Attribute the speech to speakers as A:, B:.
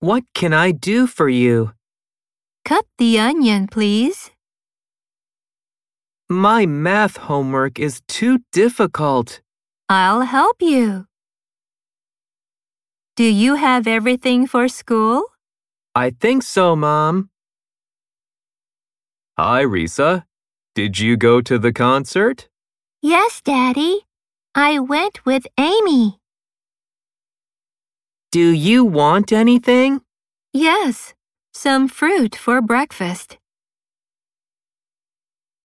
A: What can I do for you?
B: Cut the onion, please.
A: My math homework is too difficult.
B: I'll help you. Do you have everything for school?
A: I think so, Mom. Hi, Risa. Did you go to the concert?
B: Yes, Daddy. I went with Amy.
A: Do you want anything?
B: Yes, some fruit for breakfast.